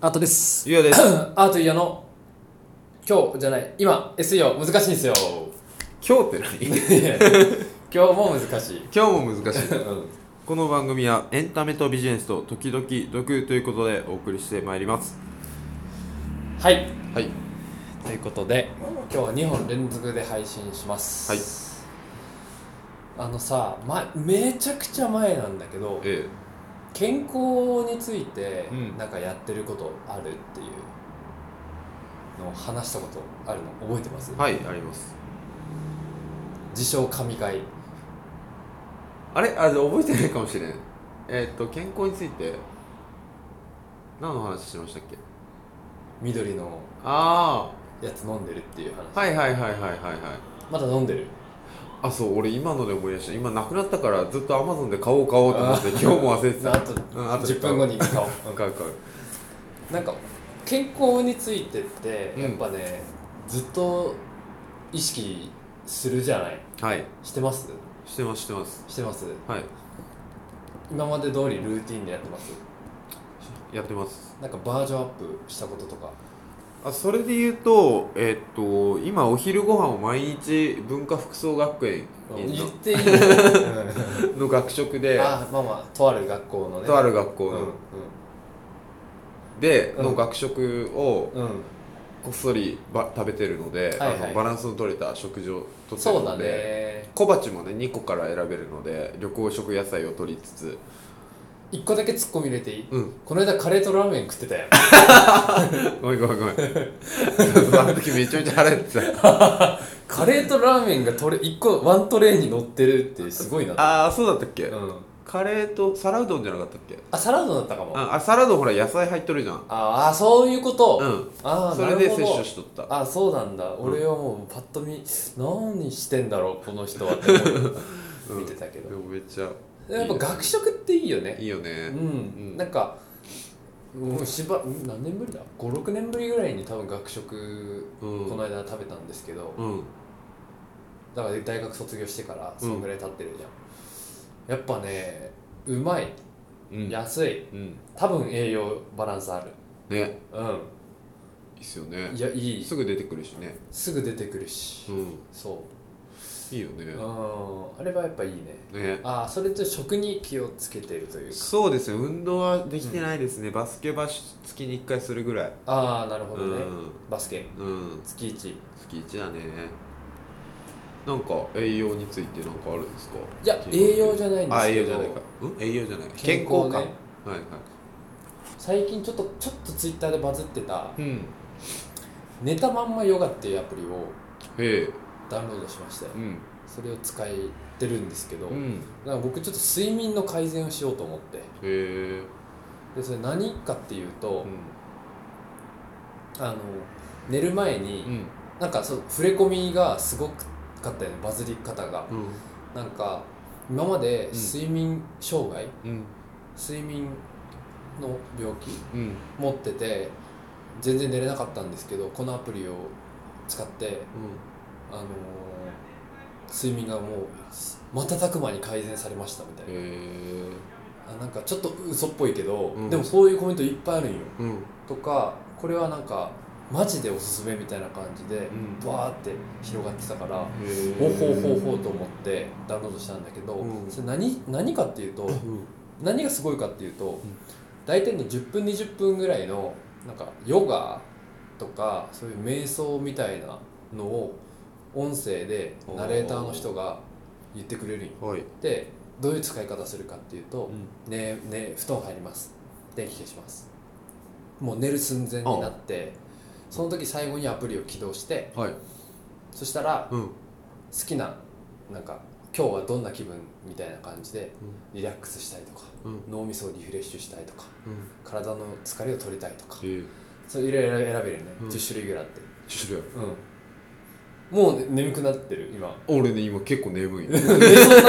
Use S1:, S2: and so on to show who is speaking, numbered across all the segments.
S1: アートです。
S2: ゆうやです。
S1: アートイヤの今日じゃない、今 SEO 難しいんですよ。
S2: 今日って何
S1: 今日も難しい。
S2: 今日も難しい。
S1: うん
S2: この番組はエンタメとビジネスと時々毒ということでお送りしてまいります。
S1: はい、
S2: はい。
S1: ということで、今日は2本連続で配信します。はい。あのさ、ま、めちゃくちゃ前なんだけど、
S2: え
S1: 健康について
S2: うん
S1: なんかやってることあるっていうのを話したことあるの覚えてます、
S2: え。はい、あります。
S1: 自称神会。
S2: あれあれ覚えてないかもしれん。えーっと、健康について何の話しましたっけ
S1: 緑の
S2: あ
S1: やつ飲んでるっていう話、
S2: あ、はいはいはいはいはいはい。
S1: まだ飲んでる
S2: あ、そう、俺今ので思い出した。今なくなったからずっと Amazon で買おう買おうと思って今日も忘れてた。
S1: あと
S2: うんあと
S1: 10分後に行くか
S2: 買う買う。
S1: なんか健康についてって
S2: うん
S1: やっぱね、ずっと意識するじゃない
S2: はい。
S1: してます
S2: してますしてます。
S1: してます
S2: はい。
S1: 今まで通りルーティンでやってます
S2: やってます。
S1: なんかバージョンアップしたこととか
S2: あそれで言うと,、えーっと今お昼ご飯を毎日文化服装学園
S1: 言っ
S2: の
S1: ていいの、うん
S2: の学食で
S1: あまあまあとある学校のね
S2: とあ
S1: る
S2: る学校
S1: うん
S2: の,、
S1: うん
S2: で
S1: うん
S2: の学食を
S1: うん
S2: こっそりば食べてるので、
S1: はいはい
S2: あのバランスの取れた食事をとって
S1: そ
S2: る
S1: うだ
S2: ので、
S1: ね
S2: 小鉢もね2個から選べるので緑黄色野菜を取りつつ、
S1: 一個だけツッコミ入れていい
S2: うん、
S1: この間カレーとラーメン食ってたよ
S2: ごめんごめんごめん そうあの時めちゃめちゃ腹減ってた
S1: カレーとラーメンがトレ一個ワントレーに乗ってるってすごいなと
S2: ああそうだったっけ、
S1: うん
S2: カレーと皿うどんじゃなかったっけ
S1: あサラダだったかもあ
S2: ああ皿うどんほら野菜入っとるじゃん
S1: あーそういうこと、
S2: うん
S1: ああ
S2: それで
S1: 摂
S2: 摂取
S1: 取
S2: しとった
S1: あそうなんだ、
S2: ん
S1: 俺はもうパッと見何してんだろうこの人 はって思う見てたけど
S2: でもめっちゃ
S1: やっぱ学食っていいよね
S2: いいよ
S1: う
S2: ね
S1: ん、
S2: ん
S1: なんかもうしばうん何年ぶりだ56年ぶりぐらいに多分学食
S2: うん
S1: この間食べたんですけど、
S2: うん
S1: だから大学卒業してからそんぐらい経ってるじゃん、やっぱねうまい
S2: うん
S1: 安い
S2: うん
S1: 多分栄養バランスある
S2: ね
S1: う
S2: いいっすよ
S1: ん
S2: ね
S1: いやいい
S2: すぐ出てくるしね
S1: すぐ出てくるし、
S2: うん
S1: そ
S2: いいよね
S1: ううんあれはやっぱいいね
S2: ね
S1: ああそれと食に気をつけてるというか
S2: そうですね運動はできてないですねバスケば月に1回するぐらい
S1: ああなるほ
S2: う
S1: どね、
S2: ん
S1: バスケ
S2: うん
S1: 月1い
S2: 月1だねなんか栄養についてなんかあるんですか
S1: や栄養じゃないんです
S2: あ栄
S1: け
S2: 養じゃ
S1: ど
S2: ないかうん栄養じゃない
S1: 健
S2: 健
S1: 康
S2: 康か
S1: ね
S2: はいはい
S1: 最近ちょっとちょっとツイッターでバズってた
S2: うん
S1: 「寝たまんまヨガ」っていうアプリを
S2: へえ
S1: ダウンロードしまして
S2: うん
S1: それを使ってるんですけど、
S2: うん
S1: なんか僕ちょっと睡眠の改善をしようと思って
S2: へえ
S1: でそれ何かっていう
S2: う
S1: と、
S2: ん
S1: あの寝る前に、
S2: うん
S1: なんかそう触れ込みがすごくかったよねバズり方が
S2: うん
S1: なんか今まで
S2: うん
S1: 睡眠障害、
S2: うん
S1: 睡眠の病気
S2: うん
S1: 持ってて全然寝れなかったんですけどこのアプリを使ってあのー睡眠がもう瞬く間に改善されましたみた
S2: へ
S1: いな、
S2: え
S1: あなんかちょっと嘘っぽいけど、
S2: うん
S1: でもそういうコメントいっぱいあるんよ
S2: うん
S1: とかこれはなんかマジでおすすめみたいな感じで
S2: うん
S1: バーって広がってたから、
S2: へえ
S1: ほうほうほうほうと思ってダウンロードしたんだけど、
S2: うん
S1: それ何何かっていうと
S2: うん
S1: 何がすごいかっていうと、大体ね10分20分ぐらいのなんかヨガとかそういう瞑想みたいなのを音声でナレーターの人が言ってくれるんよ
S2: はい
S1: でどういう使い方するかっていうと、
S2: うん
S1: ねね布団入ります電気消しますもう寝る寸前になってその時最後にアプリを起動して
S2: はい
S1: そしたら
S2: うん
S1: 好きななんか今日はどんな気分みたいな感じで
S2: うん
S1: リラックスしたいとか
S2: うん
S1: 脳みそをリフレッシュしたいとか
S2: うん
S1: 体の疲れを取りたいとか
S2: へえ
S1: そういろいろ選べるよね、
S2: うん
S1: 10種類ぐらいあって、
S2: ちょっとやる
S1: うん、もう、ね、眠くなってる 今
S2: 俺ね今結構眠い
S1: 寝そうな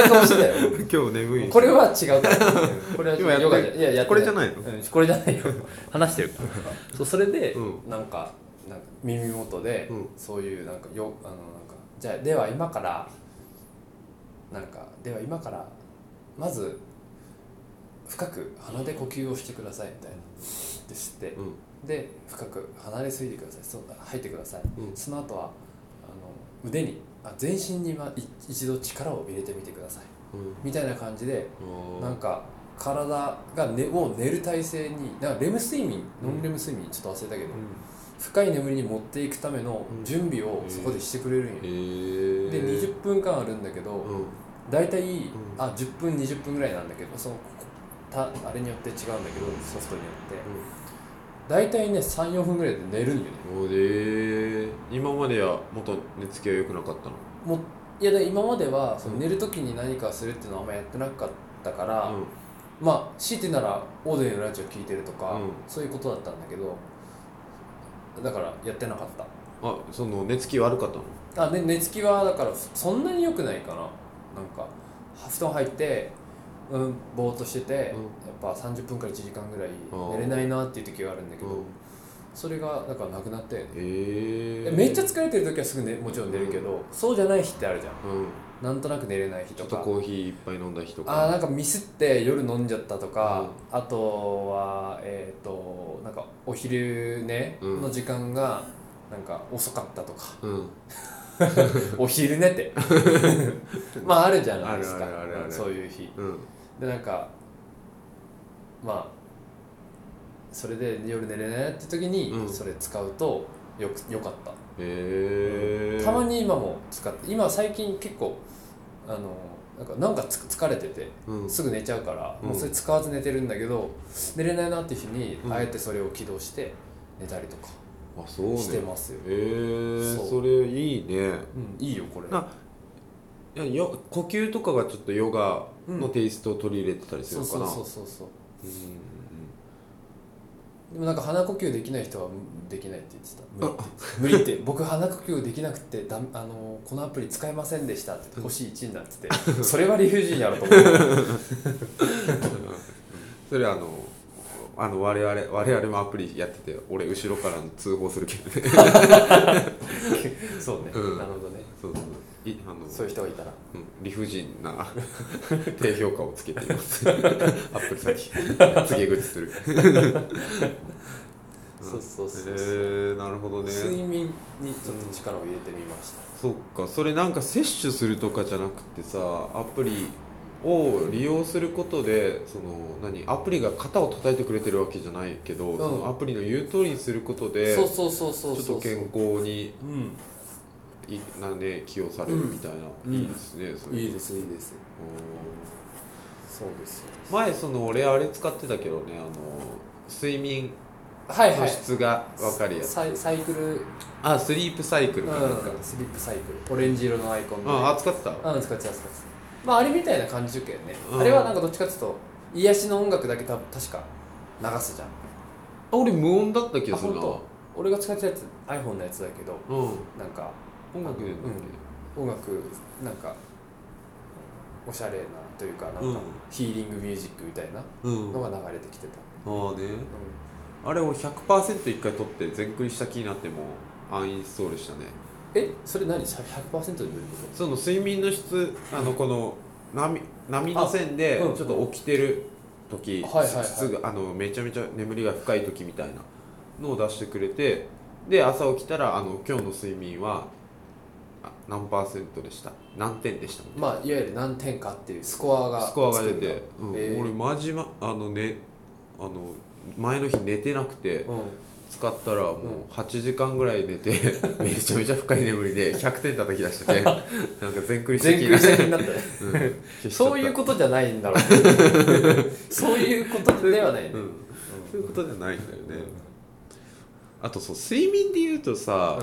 S1: 顔してたよ
S2: 今日眠
S1: これは違 うからうんこれは
S2: 今やって
S1: ヨガじゃいややって
S2: これじゃないの
S1: うんこれじゃないよ 話 してるからそうそれで、
S2: う
S1: なんかなんか耳元で、
S2: うん
S1: そういうなんかよあのなんかじゃあでは今からなんかでは今からまず深く鼻で呼吸をしてくださいみたいなって吸って
S2: うん
S1: で深く離れすぎてくださいそう吐いてください
S2: うん
S1: その後はあの腕にあ全身には一度力を入れてみてくださいみたいな感じで
S2: うん
S1: なんか体が、ね、もう寝る体勢になんかレム睡眠ノンレム睡眠ちょっと忘れたけど、深い眠りに持っていくための準備をそこでしてくれるんよ、
S2: へえ
S1: で20分間あるんだけど、
S2: うん
S1: 大体、あ10分20分ぐらいなんだけどそのたあれによって違うんだけどソフトによって大体ね34分ぐらいで寝るんよね
S2: うんおで今まではもっと寝つきは良くなかったの
S1: もういやで今まではその
S2: うん
S1: 寝る時に何かするっていうのはあんまやってなかったから、
S2: うん
S1: まあ強いてならオーデンのラジオ聞いてるとか、
S2: うん
S1: そういうことだったんだけどだからやってなかっ
S2: あその寝つき悪かったの
S1: たあで寝つきはだからそんなに良くないかななんか布団入ってうんぼーっとしてて、やっ
S2: うん
S1: ぱ30分から1時間ぐらい
S2: あー
S1: 寝れないなっていう時があるんだけど、
S2: うん
S1: それがだからなくなったよね
S2: へえ
S1: めっちゃ疲れてる時はすぐ、ね、もちろん寝るけど、そうじゃない日ってあるじゃん
S2: うん
S1: なんとなく寝れない日
S2: ち
S1: と
S2: ょっ
S1: か
S2: とコーヒーいっぱい飲んだ日とか
S1: あーなんかミスって夜飲んじゃったとか、あとはえっ、となんかお昼寝
S2: うん
S1: の時間がなんか遅かったと か、
S2: うん
S1: お昼寝って まああるじゃないですか
S2: あるあるあるある
S1: そういう日
S2: うん
S1: でなんかまあそれで夜寝れないなって時に
S2: うん
S1: それ使うとよくよかった、
S2: へえ
S1: たまに今も使って今最近結構あのなんかなんかつ疲れてて
S2: うん
S1: すぐ寝ちゃうから、
S2: うん
S1: もうそれ使わず寝てるんだけど寝れないなって日に、
S2: うん
S1: あえてそれを起動して寝たりとか
S2: あそうね
S1: してますよ、
S2: へえ
S1: そう
S2: それいいね
S1: うん、いいよこれ
S2: あいやよ呼吸とかがちょっとヨガのテイストを取り入れてたりす
S1: そ
S2: る
S1: う
S2: のか
S1: そう
S2: な
S1: そうそうそう
S2: うん
S1: でもなんか鼻呼吸できない人はうんできないって言ってた無理って無理って僕鼻呼吸できなくてだあのこのアプリ使えませんでしたって星1になっててそれは理不尽やろと思 う
S2: それあのあの我々我々もアプリやってて俺後ろから通報するけどね
S1: そうね、
S2: うん
S1: なるほどね
S2: そうそういあの
S1: そういう人がいたら
S2: うん理不尽な 低評価をつけています アップル先告げ口する
S1: そうそうそうそう
S2: へーなるほどね
S1: 睡眠にちょっと力を入れてみました、
S2: そっかそれなんか摂取するとかじゃなくてさアプリを利用することでその何アプリが肩を叩いてくれてるわけじゃないけど、
S1: ん
S2: そのアプリの言う通りにすることで
S1: そうそうそうそうそう
S2: ちょっと健康に
S1: うん
S2: いな、ね、寄与されるみたいな、
S1: うん
S2: いいですねそれ
S1: いいですいいです
S2: う
S1: そ
S2: ん
S1: うですよ
S2: 前その俺あれ使ってたけどねあの睡眠
S1: はいは
S2: の
S1: い
S2: 質が分かるやつ、
S1: サイサイクル、うん、
S2: あスリープサイクルかなんか、
S1: スリップサイクルオレンジ色のアイコンで
S2: ああ使ってた
S1: うん使っちゃう使っちゃうまああれみたいな感じだけどね、
S2: うん
S1: あれはなんかどっちかっていうと癒しの音楽だけ多分確か流すじゃん
S2: あ俺無音だった気がするな
S1: あ本俺が使ってたやつ iPhone のやつだけど
S2: うん
S1: なんか
S2: 音楽で、
S1: 音楽なんかおしゃれなというかなんか、
S2: うん
S1: ヒーリングミュージックみたいな
S2: うん
S1: のが流れてきてた、
S2: ああね
S1: うん
S2: あれ俺100%一回撮って全クリした気になってもうアンインストールしたね
S1: えそれ何さ100%でどういうこと
S2: その睡眠の質あのこの波波の線で
S1: あうん
S2: ちょっと起きてる時、
S1: はいはいはい
S2: すぐあのめちゃめちゃ眠りが深い時みたいなのを出してくれてで朝起きたらあの今日の睡眠はあ何パーセントでした何点でしたみたいな
S1: まあいわゆる何点かっていうスコアが
S2: スコアが出
S1: つくんだ
S2: て、うん
S1: えー
S2: 俺マジまあのねあの前の日寝てなくて
S1: うん、
S2: 使ったらもう8時間ぐらい寝て めちゃめちゃ深い眠りで100点叩き 出しててなんか全クリして
S1: 全
S2: き
S1: クリ制になったねそういう
S2: こ
S1: ことじゃないんだろう そういうことではないね、
S2: と、うんそういうことじゃないんだよ
S1: うん
S2: ねあとそう睡眠で言うとさ、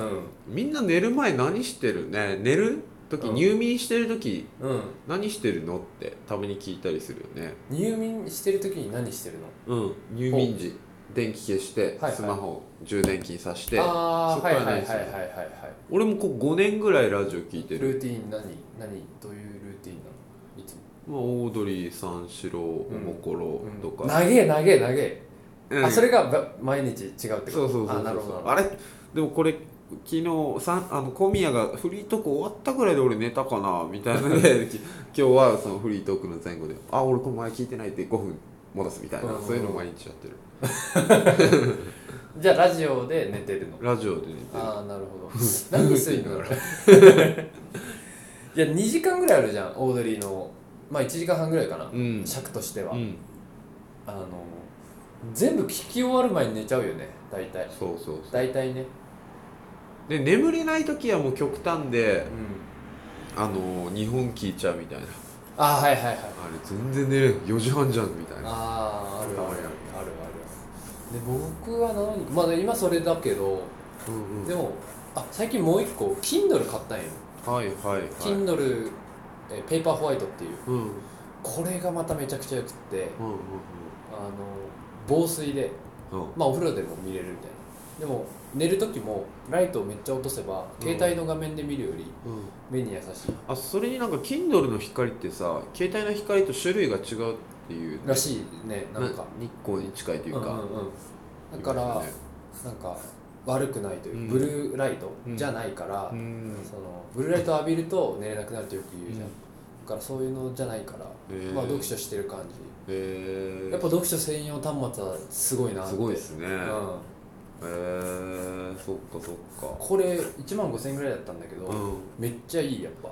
S2: みんな寝る前何してるね寝る時、
S1: うん
S2: 入眠してる時
S1: うん、うん、
S2: 何してるのってたまに聞いたりするよね
S1: 入眠してる時に何してるの
S2: うん入眠時電気消して、
S1: はいはい
S2: スマホ充電器にさして
S1: ああ
S2: そ
S1: は
S2: っか
S1: い
S2: ら
S1: はいはいは
S2: 何
S1: い
S2: す
S1: は
S2: る
S1: いは
S2: 俺もこう5年ぐらいラジオ聞い
S1: い
S2: てる
S1: ルーティン何何どういうルーティンなのいつも
S2: まあ、オードリー三四郎おもころ
S1: うん
S2: とか、
S1: 長え長え長え、
S2: うん
S1: あそれがば毎日違うってこと
S2: そうそうそうそう
S1: あなるほど
S2: あ
S1: れ
S2: れでもこれ昨日さんあの小宮がフリートーク終わったぐらいで俺寝たかなみたいな のでき今日はそのフリートークの前後で「あ俺この前聞いてない」って5分戻すみたいな、
S1: うん
S2: そういうのを毎日やってる
S1: じゃあラジオで寝てるの
S2: ラジオで寝てる
S1: ああなるほど何睡 のいや2時間ぐらいあるじゃんオードリーのまあ1時間半ぐらいかな、
S2: うん
S1: 尺としては、
S2: うん
S1: あの全部聞き終わる前に寝ちゃうよね大体
S2: そうそうそう
S1: 大体ね
S2: で眠れない時はもう極端で
S1: うん
S2: あの日本聞いちゃうみたいな
S1: ああはいはいはい
S2: あれ全然寝れん4時半じゃんみたいな
S1: あああるあるあ
S2: あ
S1: る
S2: るある
S1: あるで僕は何まあ今それだけど、
S2: うんうん
S1: でもあ最近もう一個 Kindle 買ったんよ、
S2: はいはいはい
S1: Kindle えペーパーホワイトっていう
S2: うんうん
S1: これがまためちゃくちゃよくって
S2: うんうん
S1: あの防水で
S2: うん
S1: まあお風呂でも見れるみたいなでも寝る時もライトをめっちゃ落とせば
S2: うん
S1: 携帯の画面で見るより
S2: うん
S1: 目に優し
S2: あそれになんか Kindle の光ってさ携帯の光と種類が違うっていうね、
S1: いらしいねなんか
S2: な日光に近いというか、
S1: うんうんうん、だから
S2: 言い
S1: なんか悪くないという、
S2: うん
S1: ブルーライト
S2: うん
S1: じゃないから、
S2: ます
S1: そのブルーライトを浴びると寝れなくなるってよく言うじゃん、
S2: うん
S1: だからそういうのじゃないから、
S2: ね
S1: まあ読書してる感
S2: へー
S1: じやっぱ読書専用端末はすごいなって
S2: すごいですね、
S1: う
S2: へ
S1: ん、
S2: ーそっかそっか
S1: これ1万5000円ぐらいだったんだけど、
S2: う
S1: めっちゃいいやっぱ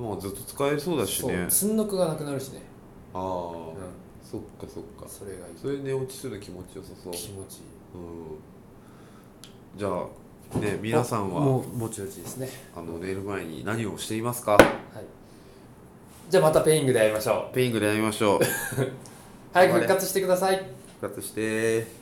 S2: んまあずっと使えそうだしね
S1: そう寸読がなくなるしね、
S2: ああ、
S1: うん、
S2: そっかそっか
S1: それがいい
S2: それで寝落ちするの気持ちよさそう、
S1: 気持ちいい
S2: うん、じゃあね皆さん
S1: おも
S2: は
S1: うぼちぼちですね
S2: あの寝る前に何をしていますか
S1: はいじゃあまたペイングで会いましょ
S2: ペイングでやりましょう
S1: う早く復活してください
S2: 復活して